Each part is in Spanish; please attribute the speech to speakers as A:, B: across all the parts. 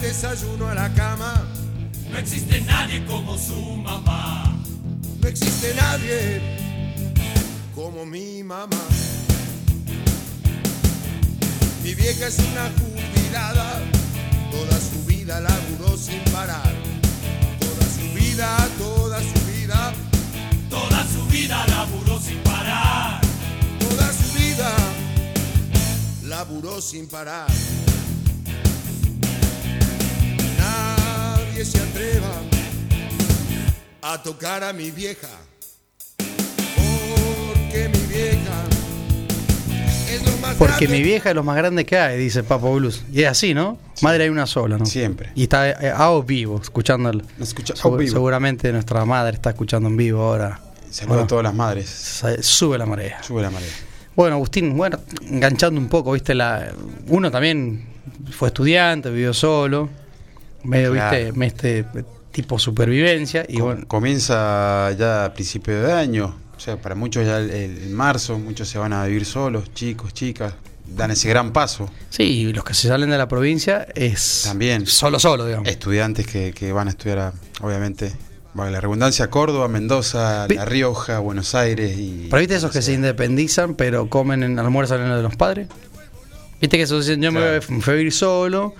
A: desayuno a la cama.
B: No existe nadie como su mamá.
A: No existe nadie como mi mamá. Mi vieja es una jubilada, toda su vida laburó sin parar. Toda su vida, toda su vida,
B: Toda su vida laburó sin parar.
A: toda su vida laburó sin parar. Nadie se atreva a tocar a mi vieja, porque mi vieja es lo más
C: Porque
A: grande
C: mi vieja es lo más grande que hay, dice Papo Blues. Y es así, ¿no? Madre hay una sola, ¿no?
D: Siempre.
C: Y está eh, a o vivo, escuchándolo.
D: Nos escucha
C: Segu-
D: oh, vivo.
C: Seguramente nuestra madre está escuchando en vivo ahora.
D: Saludo
C: Bueno.
D: a todas las madres.
C: Sa- Sube la marea.
D: Sube la marea.
C: Bueno, Agustín, bueno, enganchando un poco, viste, la, uno también fue estudiante, vivió solo, medio,
D: Claro.
C: viste, me- este tipo supervivencia, y
D: Com-
C: bueno,
D: Comienza ya a principio de año. O sea, para muchos ya el, el- el marzo, muchos se van a vivir solos, chicos, chicas. Dan ese gran paso.
C: sí, y los que se salen de la provincia es
D: También.
C: solo, solo, digamos.
D: Estudiantes que, que van a estudiar, a, obviamente, vale, la redundancia, a Córdoba, Mendoza,
C: Pi-
D: La Rioja, Buenos Aires y...
C: Pero viste esos que
D: no
C: se
D: sé.
C: independizan, pero comen en almuerzan en lo de los padres. Viste que esos dicen, yo me voy a- me voy a ir solo.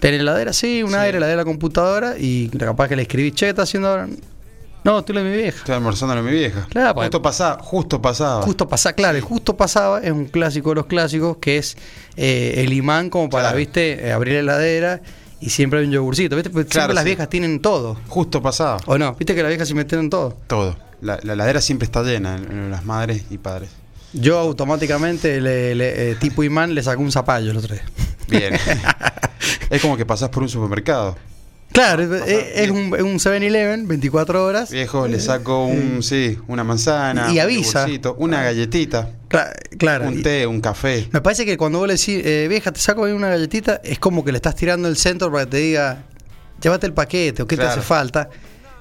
C: Tenés heladera, sí, una aire, heladera, la computadora, y capaz que le escribí, che, ¿qué estás haciendo ahora? No, tú le mi vieja.
D: Estoy almorzando con mi vieja.
C: Claro, porque-
D: justo pasaba, justo pasaba.
C: Justo pasaba, claro, el justo pasaba es un clásico de los clásicos que es eh, el imán como para,
D: Claro.
C: viste, eh, abrir la heladera y siempre hay un yogurcito, viste, porque siempre
D: Claro,
C: las
D: sí.
C: viejas tienen todo,
D: Justo pasaba.
C: ¿o no? Viste que las viejas se metieron todo.
D: Todo. La, la ladera siempre está llena, en- en las madres y padres.
C: Yo automáticamente, le, le- eh, tipo imán, le saco un zapallo el otro día.
D: Bien. es como que pasás por un supermercado.
C: Claro, es, es- es un, es un 7-Eleven, 24 horas.
D: Viejo, le saco un, sí, una manzana,
C: Y
D: un
C: avisa.
D: yogurcito, una galletita,
C: Cla- claro.
D: un
C: y-
D: té, un café.
C: Me parece que cuando vos le decís, eh, vieja, te saco ahí una galletita, es como que le estás tirando el centro para que te diga, llévate el paquete o qué te
D: Claro.
C: hace falta.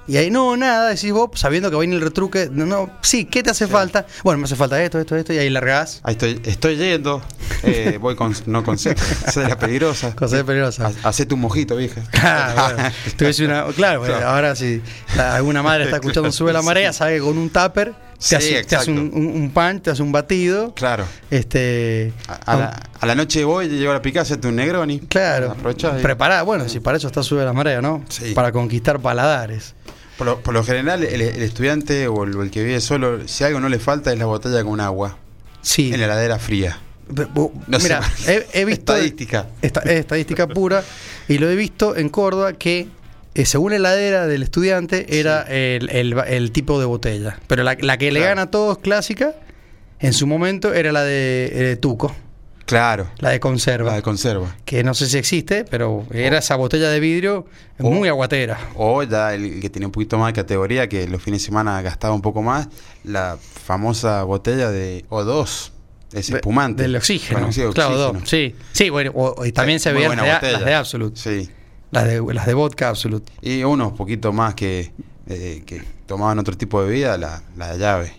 C: Y ahí, no, nada, decís vos, sabiendo que va a venir el retruque, no, no, sí, ¿qué te hace falta? Bueno, me hace falta esto, esto, esto, y ahí largás.
D: Ahí estoy, estoy yendo, eh, voy con, no con sed, sed era peligrosa.
C: Cosa de peligrosa.
D: Ha- Hacete un mojito, vieja.
C: Claro, bueno, tuviese una- claro, bueno,
D: Claro.
C: ahora si la- alguna madre está escuchando Sube la Marea, sabe que con un tupper te,
D: Sí,
C: hace, te hace un,
D: exacto.
C: un- un pan, te hace un batido.
D: Claro.
C: Este,
D: A, a la, a la noche voy, llego a la picada, hacete un negroni.
C: Claro.
D: Aprovechás y-
C: Preparada, bueno, si para eso está sube la marea, ¿no?
D: Sí.
C: Para conquistar paladares.
D: Por lo, por lo general, el, el estudiante o el, o el que vive solo, si algo no le falta es la botella con agua.
C: Sí.
D: En la heladera fría.
C: Ve- bu-
D: No sé
C: Mira,
D: más.
C: he, he visto.
D: Estadística.
C: Esta- es estadística pura. Y lo he visto en Córdoba que, eh, según la heladera del estudiante, era el, el- el tipo de botella. Pero la, la que le
D: Claro.
C: gana a todos, clásica, en su momento era la de eh, Tuco,
D: Claro.
C: la de conserva.
D: La de Oh. conserva.
C: que no sé si existe, pero era esa botella de vidrio
D: O-
C: muy aguatera.
D: O ya el que tiene un poquito más de categoría, que los fines de semana gastaba un poco más, la famosa botella de O2, ese
C: De-
D: espumante.
C: Del oxígeno.
D: Con oxígeno,
C: Claro,
D: oxígeno.
C: do- sí. Sí, bueno, o- y también
D: Eh,
C: se
D: muy
C: veían las
D: buena
C: de,
D: botella.
C: las de Absolute.
D: Sí.
C: Las de, las de vodka Absolute.
D: Y unos poquitos más que, eh, que tomaban otro tipo de bebida, la, la de llave.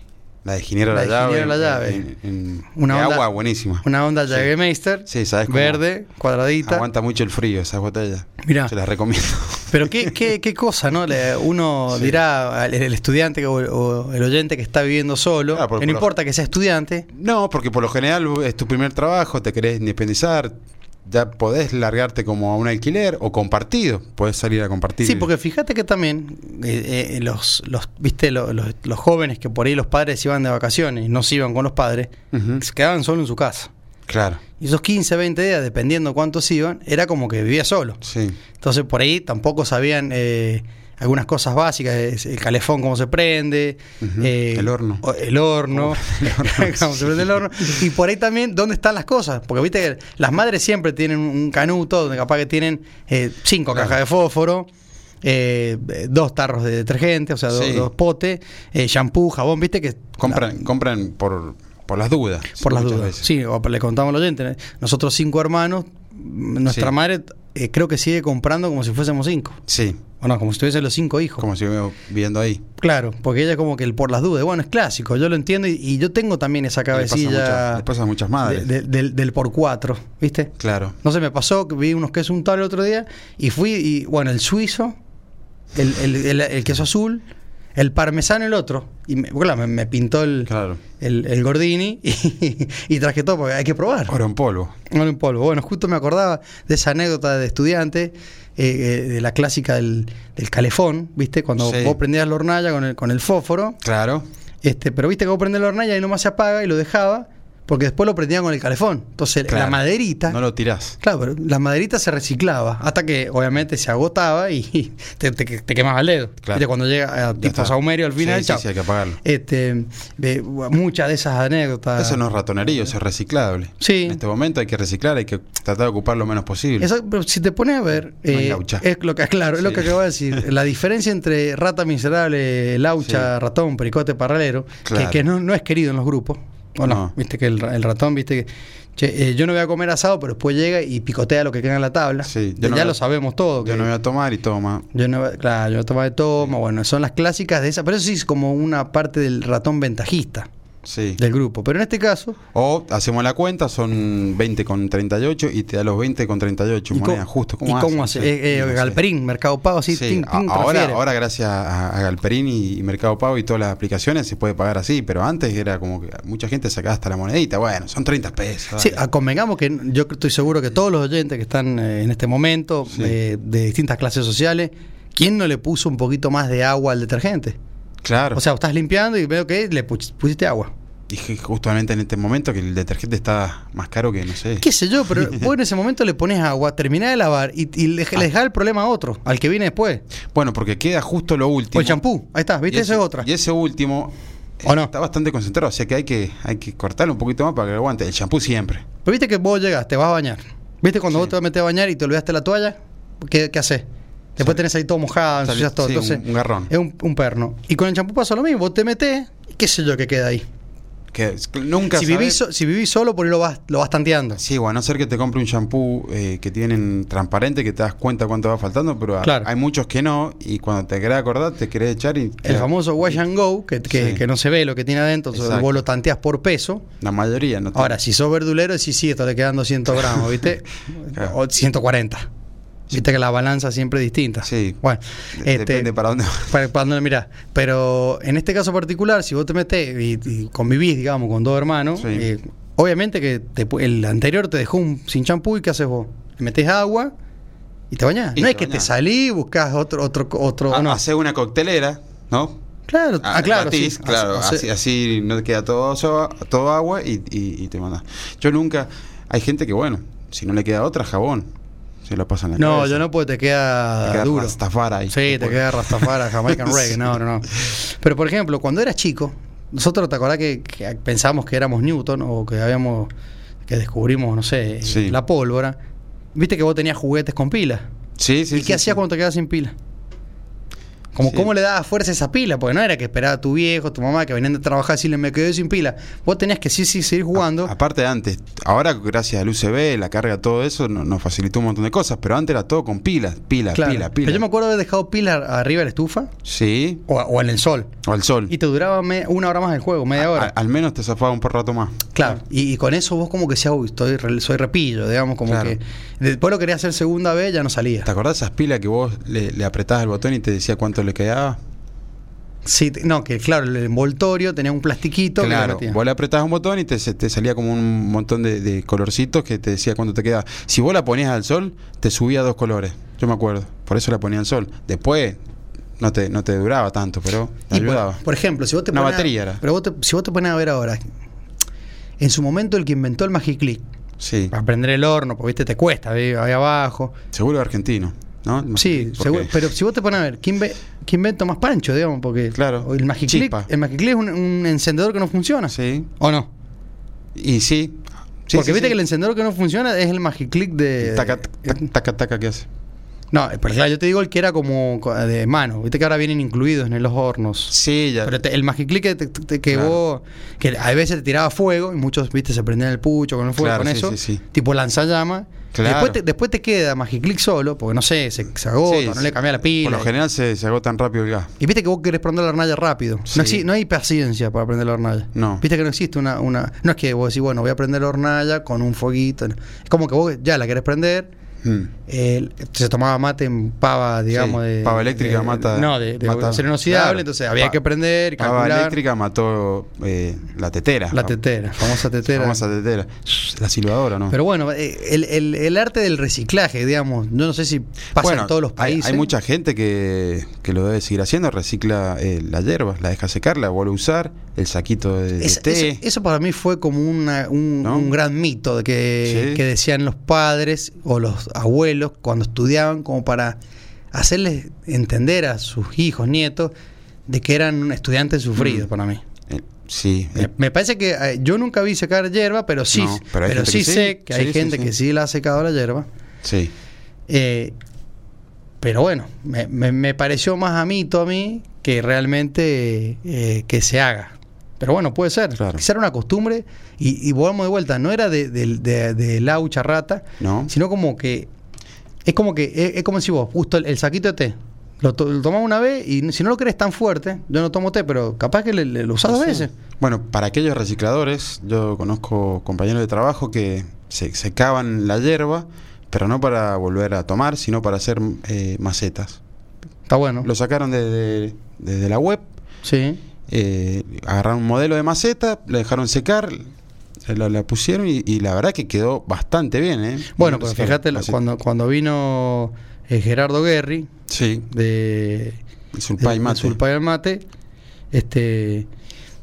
D: La de Ginebra
C: La
D: la,
C: de
D: llave. eh,
C: Ginebra la llave.
D: en- en-
C: Una
D: de
C: onda-
D: agua buenísima.
C: Una onda
D: Sí.
C: Jagermeister.
D: Sí, ¿sabes cómo?
C: Verde, cuadradita.
D: Aguanta mucho el frío esas botellas.
C: Mirá.
D: Se las recomiendo.
C: Pero qué, qué, qué cosa, ¿no? Le- Uno
D: Sí.
C: dirá, al- el, estudiante o, o el oyente que está viviendo solo,
D: Claro, Ah, por-
C: que no
D: por-
C: importa que sea estudiante,
D: No, porque por lo general es tu primer trabajo, te querés independizar, ya podés largarte como a un alquiler o compartido, podés salir a compartir.
C: Sí, porque fíjate que también eh, eh, los, los, viste, lo- los, los jóvenes que por ahí los padres iban de vacaciones y no se iban con los padres,
D: Ujú.
C: se quedaban solo en su casa.
D: Claro,
C: Y esos 15, 20 días, dependiendo cuántos iban, era como que vivía solo.
D: sí.
C: Entonces por ahí tampoco sabían eh, algunas cosas básicas, eh, es el calefón cómo se prende, eh,
D: Ujú, el horno. Oh,
C: o- el horno, cómo se prende el horno, y por ahí también dónde están las cosas, porque viste que las madres siempre tienen un canuto donde capaz que tienen eh, cinco
D: Claro.
C: cajas de fósforo. eh, dos tarros de detergente, o sea, do-
D: Sí.
C: dos potes, eh, shampoo, jabón, viste que
D: Compran, compran por, por las dudas.
C: por las
D: muchas
C: dudas.
D: veces.
C: Sí, o le contamos al oyente. ¿eh? Nosotros cinco hermanos, m- nuestra
D: Sí.
C: madre eh, creo que sigue comprando como si fuésemos cinco.
D: Sí,
C: Bueno, como si tuviesen los cinco hijos.
D: como si viviendo ahí.
C: Claro, porque ella como que el por las dudas. Bueno, es clásico, yo lo entiendo y, y yo tengo también esa
D: Le pasa, muchas,
C: cabecilla
D: le pasa a muchas
C: de-
D: madres.
C: de- del, del por cuatro, ¿viste?
D: Claro.
C: No se me pasó, que vi unos quesos untables el otro día y fui, y bueno, el suizo, el, el- el- el queso azul, el parmesano el otro. Y me, claro, me, me pintó el,
D: Claro.
C: el, el gordini y, y traje todo porque hay que probar.
D: Oro en polvo.
C: Oro en polvo. Bueno, justo me acordaba de esa anécdota de estudiante, eh, eh, de la clásica del, del calefón, ¿viste? Cuando
D: Sí.
C: vos prendías la hornalla con el, con el fósforo,
D: Claro.
C: este, pero viste que vos prendías la hornalla y nomás se apaga y lo dejaba, porque después lo prendían con el calefón. Entonces
D: Claro.
C: la maderita.
D: No lo tirás.
C: Claro, pero la maderita se reciclaba hasta que obviamente se agotaba y, y te, te, te quemabas el dedo.
D: Claro.
C: Viste, Cuando llega a
D: Ya
C: tipo
D: está.
C: saumerio al final,
D: Sí, sí,
C: chao.
D: sí, hay que apagarlo.
C: Este, eh, muchas de esas anécdotas.
D: Eso no es ratonerío, eso es reciclable.
C: Ah. Sí.
D: En este momento hay que reciclar, hay que tratar de ocupar lo menos posible.
C: Eso, pero si te pones a ver,
D: No hay
C: eh,
D: laucha.
C: es lo que claro, es lo que
D: Sí.
C: acabo de decir. La diferencia entre rata miserable, laucha,
D: Sí.
C: ratón, pericote, parralero, que-
D: Claro.
C: que, no, no es querido en los grupos. O no,
D: No.
C: viste que el, ra- el ratón, viste que che, eh, yo no voy a comer asado, pero después llega y picotea lo que queda en la tabla.
D: Sí, yo
C: ya
D: no voy a-
C: lo sabemos todo.
D: Yo
C: que-
D: no voy a tomar y toma.
C: yo no, voy a- claro, yo voy a tomar de toma, bueno, son las clásicas de esa, pero eso sí es como una parte del ratón ventajista
D: Sí.
C: del grupo. Pero en este caso,
D: O hacemos la cuenta, son 20 con 38 y te da los 20 con 38
C: ¿y
D: monedas
C: cómo-
D: justo.
C: ¿y cómo hace?
D: haces?
C: Eh, eh, Galperín, Mercado Pago, así, tin, tin,
D: ahora,
C: transfiere.
D: ahora gracias a, a Galperín y, y Mercado Pago y todas las aplicaciones se puede pagar así, pero antes era como que mucha gente sacaba hasta la monedita. Bueno, son 30 pesos.
C: Sí,
D: dale.
C: ah, convengamos que n- yo estoy seguro que todos los oyentes que están eh, en este momento,
D: Sí.
C: eh, de distintas clases sociales, ¿quién no le puso un poquito más de agua al detergente?
D: claro.
C: O sea, estás limpiando y veo que le pu- pusiste agua.
D: Dije justamente en este momento que el detergente está más caro que, no sé.
C: ¿Qué sé yo? Pero vos en ese momento le pones agua, terminás de lavar y, y le,
D: Ah.
C: le dejás el problema a otro, al que viene después.
D: Bueno, porque queda justo lo
C: O
D: último.
C: el champú, ahí está,
D: Y
C: ¿viste? Eso
D: ese-
C: es otra.
D: Y ese último
C: ¿O no?
D: está bastante concentrado, o sea que hay que, hay que cortarlo un poquito más para que lo aguante. El champú siempre.
C: Pero viste que vos llegas, te vas a bañar. ¿Viste cuando vos te metes a bañar y te olvidaste la toalla? ¿Qué, qué haces? Después
D: Sale-
C: tenés ahí todo mojado,
D: sale-
C: ensucias todo.
D: sí,
C: Entonces,
D: un- un garrón.
C: Es un, un perno. Y con el champú pasa lo mismo. Vos te metés, y qué sé yo que queda ahí.
D: Que es- que nunca
C: Si
D: sabés-
C: vivís, so- si vivís solo, por ahí lo vas, lo vas tanteando.
D: Sí, bueno, a no ser que te compre un shampoo eh, que tienen transparente, que te das cuenta cuánto va faltando, pero a-
C: Claro.
D: hay muchos que no, y cuando te querés acordar, te querés echar y... eh,
C: El famoso wash and go, que, que-
D: Sí.
C: que no se ve lo que tiene adentro, entonces
D: Exacto.
C: vos lo tanteás por peso.
D: La mayoría no te-
C: Ahora, si sos verdulero, sí, sí, esto le quedan 200 gramos, ¿viste?
D: Claro.
C: O 140. Viste que la balanza siempre es distinta.
D: Sí.
C: Bueno,
D: de-
C: este,
D: Depende para dónde vas.
C: Para, para dónde mirás. Pero en este caso particular, si vos te metés y, y convivís, digamos, con dos hermanos,
D: Sí.
C: eh, obviamente que te pu- el anterior te dejó un- sin champú y ¿qué haces vos? Le metés agua y te bañás.
D: Y
C: no
D: te
C: es que te
D: bañás.
C: salís, buscás otro, otro, otro.
D: Ah,
C: no.
D: Hacés una coctelera, ¿no?
C: Claro, ah, claro,
D: batís,
C: sí.
D: claro,
C: Hace-
D: así, así no te queda todo, so- todo agua y, y- y te mandas. Yo nunca. Hay gente que, bueno, si no le queda otra, jabón. Se lo pasan la
C: No,
D: cabeza.
C: yo no, porque te
D: Te
C: queda,
D: queda
C: duro.
D: Rastafari.
C: Sí, te
D: Después.
C: queda Rastafara, Jamaican
D: Sí.
C: Reggae. No, no, no. Pero por ejemplo, cuando eras chico, nosotros te acordás que, que pensamos que éramos Newton o que habíamos. que descubrimos, no sé,
D: Sí.
C: la pólvora. Viste que vos tenías juguetes con pilas.
D: Sí, sí.
C: ¿Y
D: sí,
C: qué hacías
D: sí.
C: cuando te quedabas sin pila? Como,
D: Sí.
C: ¿Cómo le dabas fuerza a esa pila? Porque no era que esperaba tu viejo, tu mamá, que venían de trabajar y decirle, me quedé sin pila. Vos tenías que sí, sí, seguir jugando.
D: A- aparte, antes, ahora gracias al UCB, la carga, todo eso, no- nos facilitó un montón de cosas, pero antes era todo con pilas, pilas,
C: Claro.
D: pilas,
C: Pero
D: pilas.
C: yo me acuerdo haber dejado pilas arriba de la estufa
D: Sí,
C: o, o en el sol.
D: o al sol.
C: Y te duraba me- una hora más el juego, media hora.
D: Mm. A- al menos te zafaba un por rato más.
C: Claro, y, y con eso vos como que seas, uy, estoy re- soy repillo, digamos, como
D: Claro.
C: que después lo quería hacer segunda vez, ya no salía.
D: ¿Te acordás esas pilas que vos le, le apretabas el botón y te decía cuánto le quedaba?
C: Sí, te- no, que claro, el envoltorio tenía un plastiquito que lo
D: Claro,
C: metía.
D: vos le apretabas un botón y te, se- te salía como un montón de, de colorcitos que te decía cuánto te queda. Si vos la ponías al sol, te subía dos colores. Yo me acuerdo. Por eso la ponía al sol. Después no te, no te duraba tanto, pero te
C: Y por-
D: ayudaba.
C: Por, ejemplo, si vos te
D: Una
C: ponés a-
D: batería era.
C: Pero vos te- si vos te pones a ver ahora, en su momento el que inventó el Magiclick,
D: Sí.
C: para prender el horno, porque viste, te cuesta, ahí, ahí abajo.
D: Seguro argentino, ¿no?
C: Sí,
D: Porque-
C: seguro, pero si vos te pones a ver, ¿quién, ve, quién inventó más pancho, digamos? Porque
D: Claro,
C: el Magiclick,
D: chispa.
C: el Magiclick es un, un encendedor que no funciona.
D: Sí.
C: ¿O no?
D: Y sí. Sí,
C: Porque viste
D: sí, sí.
C: que eh, el encendedor que no funciona es el Magiclick de.
D: Taca, taca, taca, taca, ¿qué hace?
C: No, pero claro, yo te digo el que era como co- de mano. Viste que ahora vienen incluidos en los hornos.
D: Sí, ya.
C: Pero te- el Magiclick que, te- te- que
D: Claro.
C: vos. que a veces te tiraba fuego y muchos, viste, se prendían el pucho con el fuego,
D: Claro,
C: con
D: sí,
C: eso.
D: sí, sí.
C: Tipo lanzallamas.
D: Claro.
C: Después, te, después te queda Magiclick solo, porque no sé, se, se agota,
D: Sí,
C: no
D: sí.
C: le cambia la
D: Por
C: pila.
D: lo general se, se agota tan rápido el gas.
C: Y viste que vos querés prender la hornalla rápido.
D: Sí.
C: No, exi- no hay paciencia para prender la hornalla.
D: No.
C: Viste que no existe una, una. No es que vos decís, bueno, voy a prender la hornalla con un foguito. no. Es como que vos ya la querés prender.
D: Mm.
C: eh, se tomaba mate en pava, digamos.
D: Sí,
C: de,
D: pava eléctrica
C: de-
D: mata-
C: No, de, de
D: mata-
C: acero inoxidable.
D: Claro.
C: Entonces había
D: Pa-
C: que prender,
D: Pava
C: calcular.
D: eléctrica mató eh, la tetera.
C: La tetera, famosa tetera.
D: Famosa tetera. La silbadora, ¿no?
C: Pero bueno, eh, el, el- el arte del reciclaje, digamos, yo no sé si pasa
D: Bueno,
C: en todos los
D: hay-
C: países.
D: Hay, mucha gente que, que lo debe seguir haciendo, recicla eh, la hierba, la deja secar, la vuelve a usar, el saquito de, de
C: Es-
D: té.
C: eso, eso para mí fue como una- un,
D: ¿No?
C: un gran mito de que,
D: Sí.
C: que decían los padres o los abuelos cuando estudiaban, como para hacerles entender a sus hijos, nietos, de que eran estudiantes sufridos
D: Mm.
C: para mí.
D: Eh, sí,
C: Me,
D: eh,
C: me parece que eh, yo nunca vi secar hierba, pero sí,
D: No,
C: pero,
D: pero hay gente
C: sí
D: que sí.
C: sé que hay
D: Sí, sí,
C: gente
D: sí.
C: que sí la ha secado la hierba.
D: sí.
C: Eh, pero bueno, me, me- me pareció más a mito a mí que realmente eh, que se haga. Pero bueno, puede ser.
D: Claro.
C: Quizá era una costumbre y, y volvamos de vuelta. No era de, de, de- de la hucha rata,
D: ¿No?
C: sino como que. Es como que. Es, es como si vos, justo el, el saquito de té. Lo, to- lo tomás una vez y si no lo crees tan fuerte, yo no tomo té, pero capaz que le- le- lo usás dos
D: Sí.
C: veces.
D: Bueno, para aquellos recicladores, yo conozco compañeros de trabajo que se secaban la hierba, pero no para volver a tomar, sino para hacer eh, macetas.
C: Está bueno.
D: Lo sacaron desde, desde la web,
C: Sí.
D: eh, agarraron un modelo de maceta, la dejaron secar, eh, la, la pusieron y, y la verdad que quedó bastante bien. ¿eh?
C: Bueno,
D: Bien
C: pero
D: reciclado.
C: fíjate, lo-
D: Así-
C: cuando, cuando vino eh, Gerardo Guerri
D: Sí,
C: de,
D: el
C: el-
D: sulpay
C: el
D: mate.
C: Sulpay al mate, este,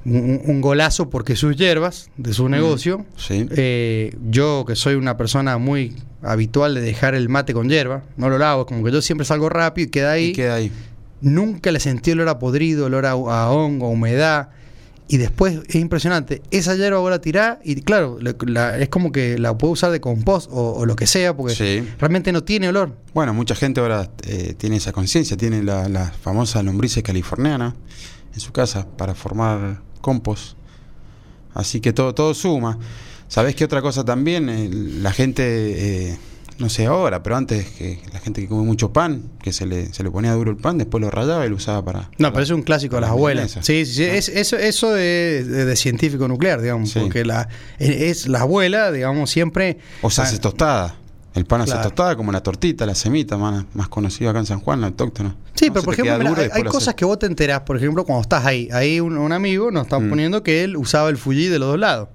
C: un, un golazo porque sus hierbas de su negocio.
D: Mm, Sí.
C: eh, yo que soy una persona muy habitual de dejar el mate con hierba, no lo lavo, es como que yo siempre salgo rápido y queda ahí.
D: Y queda ahí.
C: Nunca le sentí olor a podrido, olor a, a hongo, a humedad. Y después es impresionante, esa hierba vos la tirás y claro, la- la- es como que la puedo usar de compost o, o lo que sea, porque
D: Sí.
C: realmente no tiene olor.
D: Bueno, mucha gente ahora eh, tiene esa conciencia, tiene la- las famosas lombrices californianas en su casa para formar compost. Así que todo, todo suma. ¿Sabés qué otra cosa también? Eh, la gente, eh, no sé ahora, pero antes que la gente que come mucho pan, que se le, se le ponía duro el pan, después lo rayaba y lo usaba para...
C: No, pero es un clásico de las
D: Las
C: abuelas.
D: milanesas.
C: Sí, sí, sí.
D: Ah.
C: Es- eso, eso es eh, de, de científico nuclear, digamos,
D: Sí.
C: porque la, eh, es la abuela, digamos, siempre...
D: O se
C: Ah,
D: hace tostada. El pan hace
C: Claro.
D: tostada como la tortita, la semita, más, más conocida acá en San Juan, la autóctona.
C: Sí,
D: No,
C: pero
D: se
C: por
D: te queda
C: ejemplo, mirá,
D: dura y
C: hay,
D: después
C: hay
D: lo
C: cosas
D: haces.
C: que vos te enterás, por ejemplo, cuando estás ahí. Ahí un, un amigo nos está
D: Mm.
C: poniendo que él usaba el Fuji de los dos lados.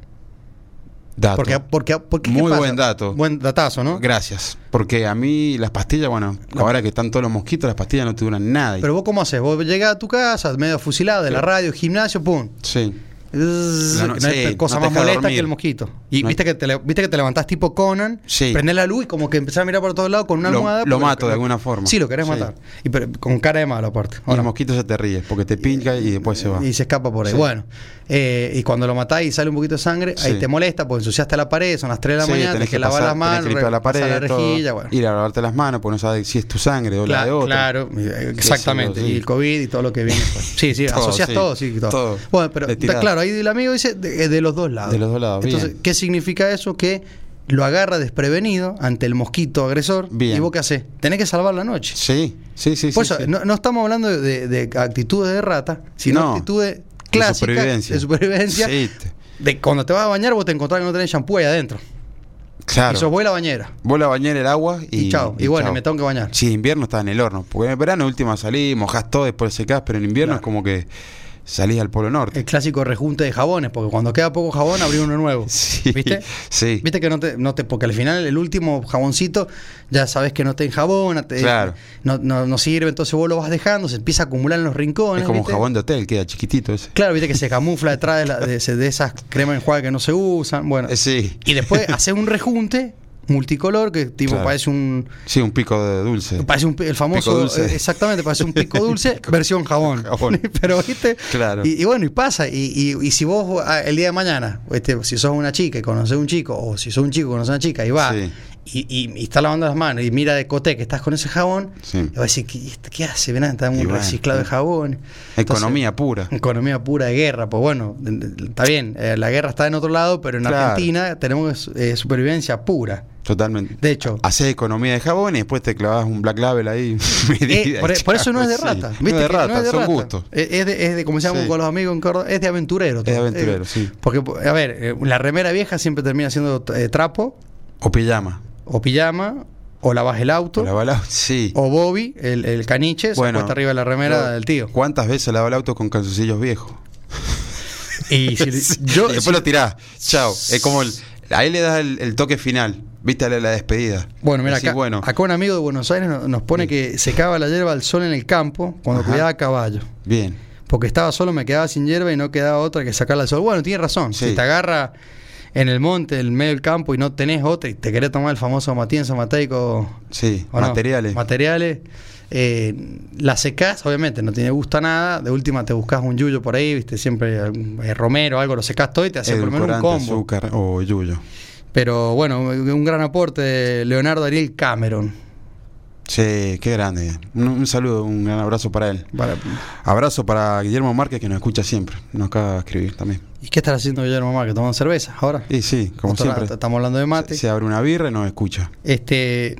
D: Dato.
C: Porque, porque, porque ¿qué
D: Muy
C: pasa?
D: buen dato.
C: Buen datazo, ¿no?
D: Gracias. Porque a mí las pastillas, bueno, ahora que están todos los mosquitos, las pastillas no te duran nada.
C: Pero vos cómo haces? Vos llegás a tu casa, medio fusilado, de la
D: Sí.
C: radio, gimnasio, pum.
D: sí.
C: Zzz,
D: no-
C: no hay
D: sí,
C: cosa
D: no te
C: más
D: deja
C: molesta
D: dormir.
C: que el mosquito. Y
D: No hay-
C: viste, que te, le- viste que te levantás tipo Conan,
D: Sí.
C: prendés la luz y como que empezás a mirar por todos lados con una
D: Lo-
C: almohada.
D: lo
C: porque
D: mato de
C: querés-
D: alguna forma.
C: Sí, lo querés
D: Sí.
C: matar. Y, pero con cara de malo aparte.
D: Y
C: ¿o
D: el
C: no?
D: mosquito se te ríe, porque te pinca y después se va.
C: Y se escapa por ahí.
D: Sí.
C: Bueno, eh, y cuando lo matás y sale un poquito de sangre, ahí
D: Sí.
C: te molesta porque ensuciaste la pared, son las 3 de la
D: Sí,
C: mañana, tenés que, lavar
D: pasar-
C: las manos,
D: tenés que limpiar la
C: pasar
D: pared, todo,
C: rejilla, bueno.
D: ir a lavarte las manos, porque no sabes si es tu sangre o la de
C: Cla-
D: otro.
C: Claro, exactamente.
D: sí.
C: Y el COVID y todo lo que viene. después. Sí, sí,
D: Todo,
C: asocias
D: sí,
C: todo, sí, todo.
D: todo.
C: Bueno, pero
D: Le tirás.
C: está claro, ahí el amigo dice de, eh, de los dos lados.
D: De los dos lados,
C: Entonces,
D: bien.
C: ¿qué significa eso? Que lo agarra desprevenido ante el mosquito agresor.
D: Bien.
C: ¿Y vos qué haces? Tenés que salvar la noche.
D: Sí, sí, sí.
C: Por Pues
D: sí,
C: eso,
D: sí.
C: No, no estamos hablando de, de actitudes de rata, sino
D: No,
C: actitudes clásicas
D: de supervivencia.
C: de supervivencia,
D: Sí, te-
C: de cuando te vas a bañar, vos te encontrás que no tenés shampoo ahí adentro.
D: claro.
C: Y sos vos y la bañera.
D: Vos la bañar el agua y.
C: Y, chao. Y, bueno,
D: chao.
C: y me tengo que bañar.
D: Sí, invierno está en el horno. Porque en verano, última salí, mojás todo, después secás, pero en invierno
C: Claro.
D: es como que salís al Polo Norte.
C: El clásico rejunte de jabones, porque cuando queda poco jabón, abrí uno nuevo.
D: Sí,
C: ¿Viste?
D: sí.
C: Viste que no te, no te. Porque al final, el último jaboncito, ya sabes que no te enjabona, te,
D: Claro.
C: no, no, no sirve, entonces vos lo vas dejando, se empieza a acumular en los rincones.
D: es como
C: ¿viste?
D: jabón de hotel, queda chiquitito ese.
C: Claro, viste que se camufla detrás de, la- de, ese- de esas cremas de enjuague que no se usan. Bueno.
D: Eh, sí.
C: Y después haces un rejunte multicolor que tipo
D: Claro.
C: parece un.
D: Sí, un pico de dulce.
C: Parece un, pi- el famoso.
D: Pico dulce.
C: eh, Exactamente, parece un pico dulce, versión jabón.
D: Jabón.
C: Pero, ¿viste?
D: Claro.
C: Y, y bueno, y pasa. Y, y- y si vos ah, el día de mañana, este, si sos una chica y conoces a un chico, o si sos un chico y conoces a una chica y va,
D: Sí.
C: y, y, y está lavando las manos y mira de coté que estás con ese jabón,
D: Sí.
C: y vas a decir, ¿qué, este- qué hace? Ven, está un
D: Y bueno,
C: reciclado de
D: sí.
C: jabón. Entonces,
D: Economía pura.
C: Economía pura de guerra, pues bueno, de- de- está bien, eh, la guerra está en otro lado, pero en
D: Claro.
C: Argentina tenemos eh, supervivencia pura.
D: Totalmente.
C: De hecho.
D: Haces economía de jabón y después te clavas un black label ahí.
C: Eh,
D: medida,
C: por, por eso no es de
D: sí.
C: rata.
D: No
C: ¿viste
D: es
C: que
D: de rata,
C: no es de
D: son
C: rata?
D: gustos.
C: Eh, Es de, es de como decíamos
D: Sí.
C: con los amigos en Córdoba, es de aventurero.
D: Es de
C: todo.
D: aventurero,
C: Eh,
D: sí.
C: Porque, a ver, eh, la remera vieja siempre termina siendo eh, trapo,
D: O pijama.
C: o pijama, o lavas el auto,
D: O la bala- Sí.
C: o Bobby, el, el caniche,
D: Bueno,
C: se puesta arriba de la remera
D: yo-
C: del tío.
D: ¿Cuántas veces lavaba el auto con calzoncillos viejos?
C: Y si, yo,
D: y después lo tirás. Chao. Es como el- ahí le das el, el toque final. Viste la, la despedida.
C: Bueno, mira,
D: Decís,
C: acá,
D: bueno,
C: acá un amigo de Buenos Aires no- nos pone que secaba la hierba al sol en el campo cuando
D: Ajá.
C: cuidaba a caballo.
D: bien.
C: Porque estaba solo, me quedaba sin hierba y no quedaba otra que sacarla al sol. Bueno, tiene razón.
D: Sí.
C: Si te agarra en el monte, en el medio del campo y no tenés otra y te querés tomar el famoso matienzo mateico.
D: Sí.
C: ¿o no?
D: materiales.
C: Materiales. eh, la secás, obviamente, no tiene gusto a nada. De última te buscas un yuyo por ahí, viste, siempre algún, eh, romero, algo, lo secás todo y te hace por lo menos un
D: Edulcorante,
C: combo.
D: azúcar o yuyo.
C: Pero bueno, un gran aporte de Leonardo Ariel Cameron.
D: Sí, qué grande. Un, un saludo, un gran abrazo para él.
C: Para-
D: Abrazo para Guillermo Márquez que nos escucha siempre. Nos acaba de escribir también.
C: ¿Y qué estará haciendo Guillermo Mamá? Que tomando cerveza ahora.
D: Y sí, como
C: Nosotros
D: siempre.
C: Estamos hablando de mate.
D: Se, se abre una birra y nos escucha.
C: Este,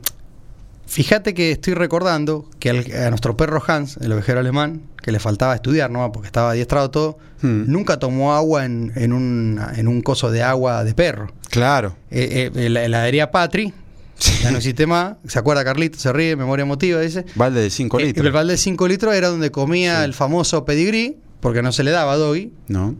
C: fíjate que estoy recordando que al- a nuestro perro Hans, el ovejero alemán, que le faltaba estudiar, ¿no? Porque estaba adiestrado todo,
D: Hmm.
C: nunca tomó agua en, en un, en un coso de agua de perro.
D: Claro.
C: Eh, eh, la heladería Patri,
D: Sí.
C: ya no existe más, se acuerda Carlito, se ríe, memoria emotiva, dice.
D: Balde de 5
C: Eh,
D: litros.
C: El balde de 5 litros era donde comía el famoso pedigrí, porque no se le daba doggy.
D: no,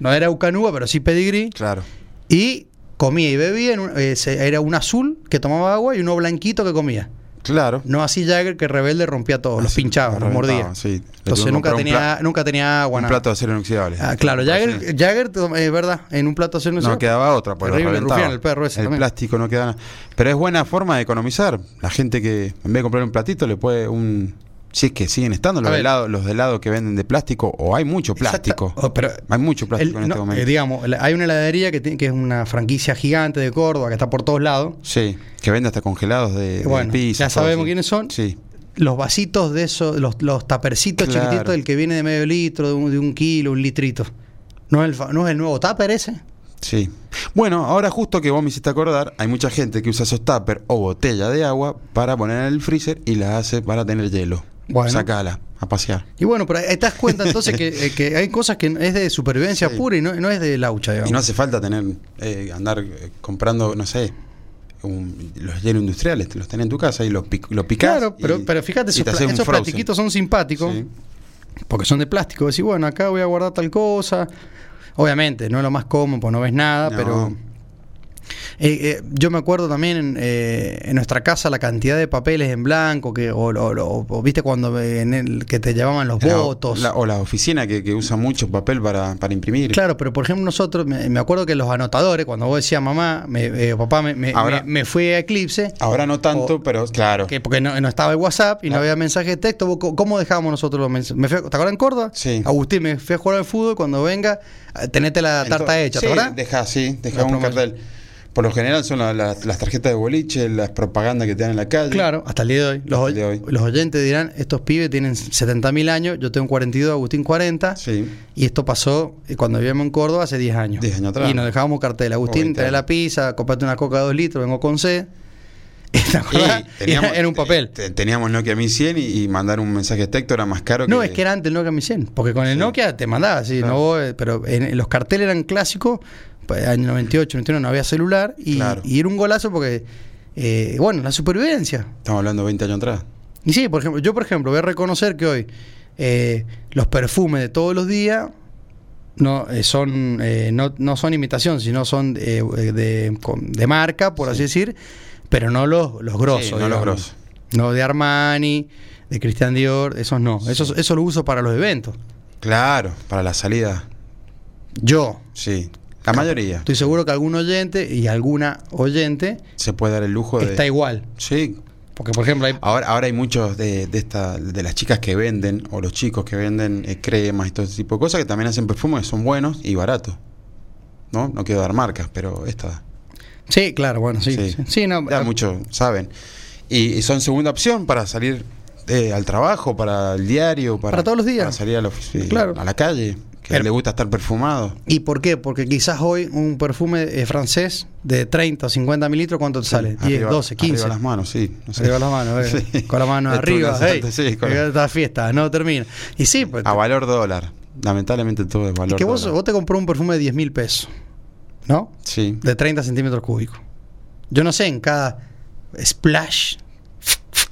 C: No era Ucanúa, pero sí pedigrí.
D: claro.
C: Y comía y bebía, en un- eh, se- era un azul que tomaba agua y uno blanquito que comía.
D: Claro.
C: No así Jagger que rebelde rompía todo, los
D: Así,
C: pinchaba,
D: lo
C: los
D: reventaba,
C: mordía.
D: sí. Le tuvimos
C: Entonces
D: que
C: nunca
D: comprar un
C: tenía,
D: pla-
C: nunca tenía agua.
D: Un
C: nada.
D: plato de acero inoxidable. Pues
C: Ah, claro, Jagger,
D: Sí.
C: Jagger, to- es verdad, en un plato azul
D: No quedaba otra, porque lo
C: Terrible,
D: reventaba.
C: rufián, el perro ese también.
D: plástico no quedaba nada. Pero es buena forma de economizar. La gente que en vez de comprar un platito le puede un... Si es que siguen estando
C: A
D: los
C: ver.
D: helados, los de helado que venden de plástico, o hay mucho plástico.
C: Exacta- oh, pero-
D: hay mucho plástico
C: El-
D: en este
C: no,
D: momento.
C: eh, digamos, la- hay una heladería que, tiene- que es una franquicia gigante de Córdoba que está por todos lados.
D: Sí, que vende hasta congelados de, de
C: Bueno,
D: pizza,
C: ya
D: todo
C: sabemos
D: así.
C: quiénes son.
D: Sí,
C: Los vasitos de esos, los, los tapercitos
D: Claro.
C: chiquititos del que viene de medio litro, de un, de un kilo, un litrito. ¿No es el, fa- no es el nuevo tupper ese?
D: sí. Bueno, ahora justo que vos me hiciste acordar, hay mucha gente que usa esos tupper o botella de agua para poner en el freezer y la hace para tener hielo.
C: Bueno.
D: Sacala a pasear.
C: Y bueno, pero ahí te das cuenta entonces que, eh, que hay cosas que es de supervivencia
D: Sí.
C: pura y no, no es de laucha, digamos.
D: Y no hace falta tener eh, andar eh, comprando, no sé, un- los hielos industriales, te los tenés en tu casa y los, pic, los picás.
C: Claro, pero,
D: y-
C: pero fíjate,
D: y
C: esos,
D: te
C: pla-
D: haces un
C: esos
D: frozen.
C: plastiquitos son simpáticos
D: Sí.
C: porque son de plástico. Decís, bueno, acá voy a guardar tal cosa. Obviamente, no es lo más cómodo, pues no ves nada,
D: No.
C: pero. Eh, eh, yo me acuerdo también en, eh, en nuestra casa la cantidad de papeles en blanco que o, lo- lo- o viste cuando eh, en el que te llevaban los
D: La-
C: votos.
D: la- o la oficina que, que usa mucho papel para, para imprimir.
C: Claro, pero por ejemplo nosotros, me, me acuerdo que los anotadores, cuando vos decías mamá, me, eh, papá, me, me,
D: Ahora-
C: me- me fui a Eclipse,
D: Ahora no tanto,
C: O-
D: pero claro. Ah.
C: que porque no, no estaba el WhatsApp y no,
D: Claro.
C: había mensaje de texto, vos co- ¿cómo dejábamos nosotros los mensajes? ¿Te acuerdas en Córdoba?
D: Sí.
C: Agustín, me fui a jugar al fútbol, cuando venga, eh, tenete la tarta
D: Entonces-
C: hecha,
D: sí,
C: ¿te acordás?
D: Deja, sí, deja
C: La
D: un
C: promo-
D: cartel. Por lo general son la- la- las tarjetas de boliche, las propagandas que te dan en la calle.
C: Claro, hasta el día de hoy. Los,
D: Hasta el día de hoy.
C: los oyentes dirán, estos pibes tienen 70.000 años, yo tengo 42, Agustín 40.
D: Sí.
C: Y esto pasó eh, cuando vivíamos en Córdoba hace 10 años.
D: 10 años atrás.
C: Y nos dejábamos cartel.
D: O
C: Agustín,
D: 20
C: trae la
D: años.
C: pizza, comprate una coca de 2 litros, vengo con sed. ¿Te acordás?
D: Y teníamos- eh,
C: era un papel.
D: te- Teníamos Nokia 1100 y, y mandar un mensaje de texto era más caro
C: No, es que era antes el Nokia 1100. Porque con el
D: Sí.
C: Nokia te mandaba, sí,
D: Claro.
C: no, vos, eh, pero en, en los carteles eran clásicos. Pues, año 98, 99 no había celular. Y,
D: Claro.
C: y era un golazo porque, eh, bueno, la supervivencia.
D: Estamos hablando 20 años atrás.
C: Y sí, por ejemplo, yo por ejemplo voy a reconocer que hoy eh, los perfumes de todos los días no eh, son eh, no, no son imitación, sino son eh, eh, de, con- de marca, por así decir, pero no los, los grosos.
D: Sí, no los
C: digamos.
D: grosos.
C: No de Armani, de Christian Dior, esos no. Esos, eso lo uso para los eventos.
D: Claro, para la salida.
C: Yo
D: Sí. La mayoría.
C: estoy seguro que algún oyente y alguna oyente
D: Se puede Ah. dar el lujo de.
C: está igual.
D: Sí.
C: Porque, por ejemplo, hay
D: Ahora, ahora hay muchos de, de esta, de las chicas que venden, o los chicos que venden eh, cremas y todo ese tipo de cosas, que también hacen perfumes, son buenos y baratos. ¿No? No quiero dar marcas, pero esta.
C: Sí, claro, bueno, sí. Sí,
D: Sí.
C: Sí, no,
D: Ya
C: eh,
D: muchos saben. Y, y son segunda opción para salir eh, al trabajo, para el diario, para,
C: Para todos los días.
D: Para salir a la, ofici-
C: Claro.
D: a la calle. que
C: Pero-
D: le gusta estar perfumado.
C: ¿Y por qué? Porque quizás hoy un perfume eh, francés de 30 o 50 mililitros, ¿cuánto te sale? 10,
D: Arriba-
C: 12, 15.
D: Arriba las manos, sí. no sé.
C: Arriba las manos, eh.
D: Sí.
C: con las manos
D: Es tu
C: arriba.
D: lanzante,
C: ey,
D: sí, con la-
C: esta fiesta no termina. Y sí, pues,
D: A valor dólar. Lamentablemente todo es valor
C: es que vos,
D: dólar.
C: vos te compró un perfume de 10 mil pesos, ¿no?
D: Sí.
C: De 30 centímetros cúbicos. Yo no sé, en cada splash,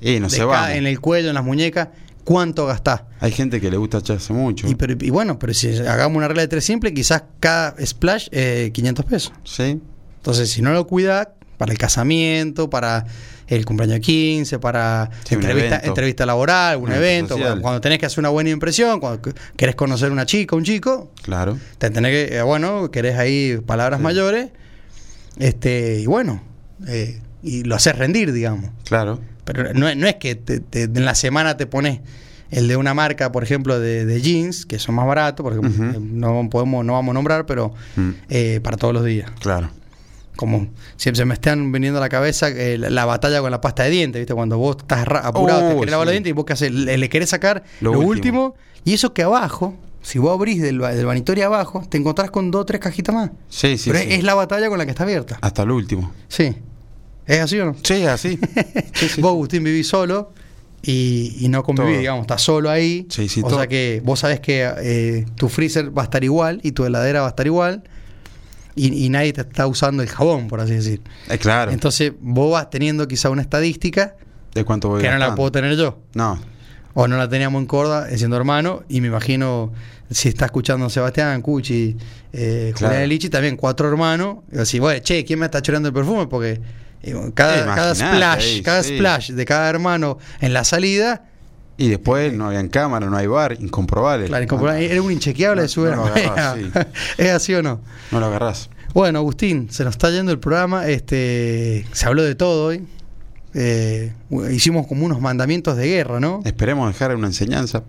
D: Y no
C: de
D: se
C: cada-
D: va.
C: en el cuello, en las muñecas, ¿cuánto gastás?
D: Hay gente que le gusta echarse mucho.
C: Y, pero- y bueno, pero si hagamos una regla de tres simple, quizás cada splash, eh, 500 pesos.
D: Sí.
C: Entonces, si no lo cuida, para el casamiento, para el cumpleaños de 15, para
D: Sí, un
C: entrevista,
D: evento.
C: entrevista laboral, un
D: Un evento
C: evento,
D: social.
C: cuando, cuando tenés que hacer una buena impresión, cuando que- querés conocer una chica, un chico,
D: Claro.
C: te tenés que, eh, bueno, querés ahí palabras mayores, este, y bueno, eh, y lo haces rendir, digamos.
D: Claro.
C: Pero no, es- no es que te- te- en la semana te pones el de una marca, por ejemplo, de, de jeans, que son más baratos, porque
D: Ujú.
C: eh, no podemos, no vamos a nombrar, pero
D: Mm.
C: eh, para todos los días
D: Claro.
C: como siempre se me están viniendo a la cabeza eh, la, la batalla con la pasta de dientes, ¿viste? Cuando vos estás ra- apurado, te
D: Oh,
C: querés lavar los
D: sí.
C: dientes y vos qué haces, le, le querés sacar
D: Lo
C: lo,
D: último.
C: último. y eso que abajo, si vos abrís del, ba- del vanitorio abajo, te encontrás con dos o tres cajitas más.
D: Sí, sí.
C: Pero
D: sí.
C: es la batalla con la que está abierta.
D: Hasta el último.
C: Sí. ¿Es así o no?
D: Sí, así. Sí, sí.
C: Vos, Agustín, vivís solo y, y no convivís,
D: Todo.
C: digamos, estás solo ahí.
D: Sí, sí,
C: o
D: todo.
C: sea que vos sabés que eh, tu freezer va a estar igual y tu heladera va a estar igual y, y nadie te está usando el jabón, por así decir.
D: Eh, claro.
C: Entonces vos vas teniendo quizá una estadística
D: ¿De cuánto voy
C: que no la
D: gastando?
C: puedo tener yo.
D: No.
C: O no la teníamos en Corda eh, siendo hermano. Y me imagino, si está escuchando Sebastián, Cuchi, eh,
D: Claro.
C: Julián Elichi, también cuatro hermanos. Y así, bueno, che, ¿quién me está chorando el perfume? Porque eh, cada,
D: Imaginate,
C: cada splash,
D: ahí,
C: cada
D: sí.
C: splash de cada hermano en la salida,
D: Y después no habían cámara, no hay bar, incomprobable.
C: claro, incorporar- era un inchequeable
D: no,
C: de su
D: no lo
C: hermana.
D: agarrás,
C: ¿Es así o no?
D: No lo agarrás.
C: Bueno, Agustín, se nos está yendo el programa. Este, se habló de todo hoy. Eh, hicimos como unos mandamientos de guerra, ¿no?
D: Esperemos dejar una enseñanza.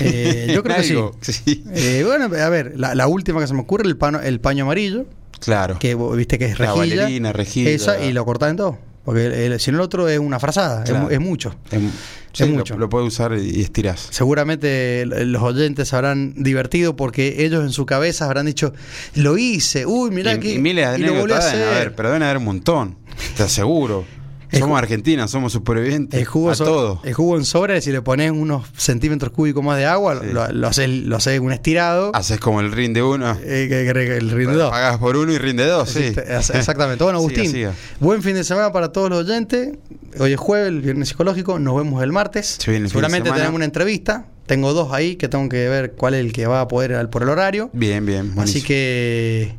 C: Eh, yo creo que sí.
D: Algo, sí.
C: Eh, bueno, a ver, la, la última que se me ocurre, el, pano, el paño amarillo,
D: Claro.
C: que vos viste que es
D: La
C: rejilla.
D: valerina, rejilla.
C: Esa, y lo cortás en dos. Porque el- el- si no, el otro es una frazada, es
D: Claro.
C: mu- es, mucho.
D: Em, sí,
C: mucho.
D: Lo, lo puedes usar y estirás.
C: Seguramente l- los oyentes se habrán divertido porque ellos en su cabeza habrán dicho, lo hice, uy, mirá
D: y,
C: que.
D: y miles de
C: y lo volví a
D: anécdotas deben
C: hacer".
D: haber, pero deben haber un montón. Te aseguro.
C: El
D: somos
C: ju-
D: argentinas, somos supervivientes.
C: El jugo,
D: Eh, a
C: so-
D: todo.
C: el jugo en sobra, si le pones unos centímetros cúbicos más de agua,
D: Sí. Ah,
C: lo, lo haces, lo haces un estirado,
D: Haces como el ring de uno.
C: eh, que- que- que el rindó.
D: Pagas por uno y rinde dos, sí.
C: Existe- ex- Exactamente. Bueno, Agustín,
D: Siga, siga.
C: buen fin de semana para todos los oyentes. Hoy es jueves, el viernes psicológico. Nos vemos el martes.
D: Se viene el fin de
C: Seguramente
D: semana.
C: tenemos una entrevista. Tengo dos ahí que tengo que ver cuál es el que va a poder al- por el horario.
D: Bien, bien.
C: Así
D: buenísimo.
C: que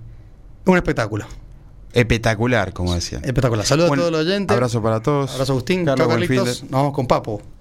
C: un espectáculo.
D: Espectacular, como decían.
C: Espectacular. Saludos a
D: Bueno,
C: todos los oyentes.
D: Abrazo para todos.
C: Abrazo, Agustín.
D: Carlos,
C: Chao,
D: buen fin
C: Carlitos.
D: de-
C: Nos vamos con Papo.